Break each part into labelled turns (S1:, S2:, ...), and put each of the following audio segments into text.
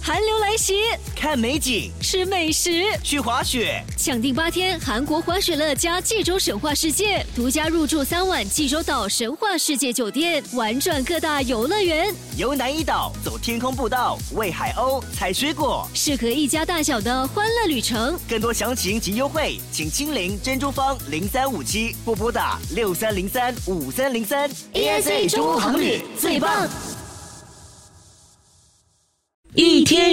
S1: 寒流来袭，
S2: 看美景，
S1: 吃美食，
S2: 去滑雪。
S1: 抢定八天韩国滑雪乐加济州神话世界，独家入住三晚济州岛神话世界酒店，玩转各大游乐园。
S2: 游南怡岛，走天空步道，喂海鸥，采水果，
S1: 适合一家大小的欢乐旅程。
S2: 更多详情及优惠，请亲临珍珠坊零三五七或拨打六三零三五三零三。
S3: E
S1: AIC 中国航旅最棒！
S4: 一天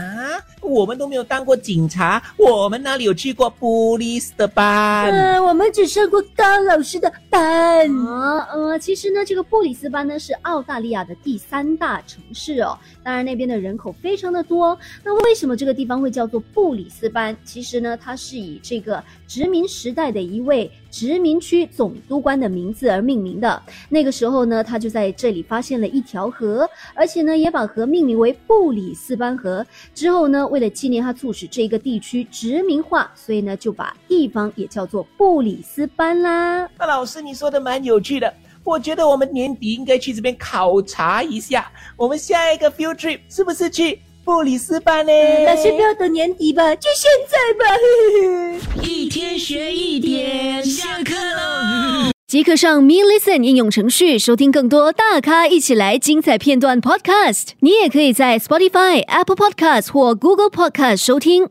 S4: 我们都没有当过警察，我们哪里有去过布里斯的班？
S3: 呃，我们只上过高老师的班。呃呃，其实呢，这个布里斯班呢是澳大利亚的第三大城市哦。当然，那边的人口非常的多。那为什么这个地方会叫做布里斯班？其实呢，它是以这个殖民时代的一位殖民区总督官的名字而命名的。那个时候呢，他就在这里发现了一条河，而且呢，也把河命名为布里斯班河。之后呢，为了纪念他促使这个地区殖民化，所以呢，就把地方也叫做布里斯班啦。
S4: 那老师你说的蛮有趣的，我觉得我们年底应该去这边考察一下。我们下一个 field trip 是不是去布里斯班呢？
S1: 哎
S3: 但是不要等年底吧，就现在吧。
S4: 一天学一点，下课喽！
S1: 即刻上 Me Listen 应用程序收听更多大咖一起来精彩片段 Podcast。你也可以在 Spotify、Apple Podcast 或 Google Podcast 收听。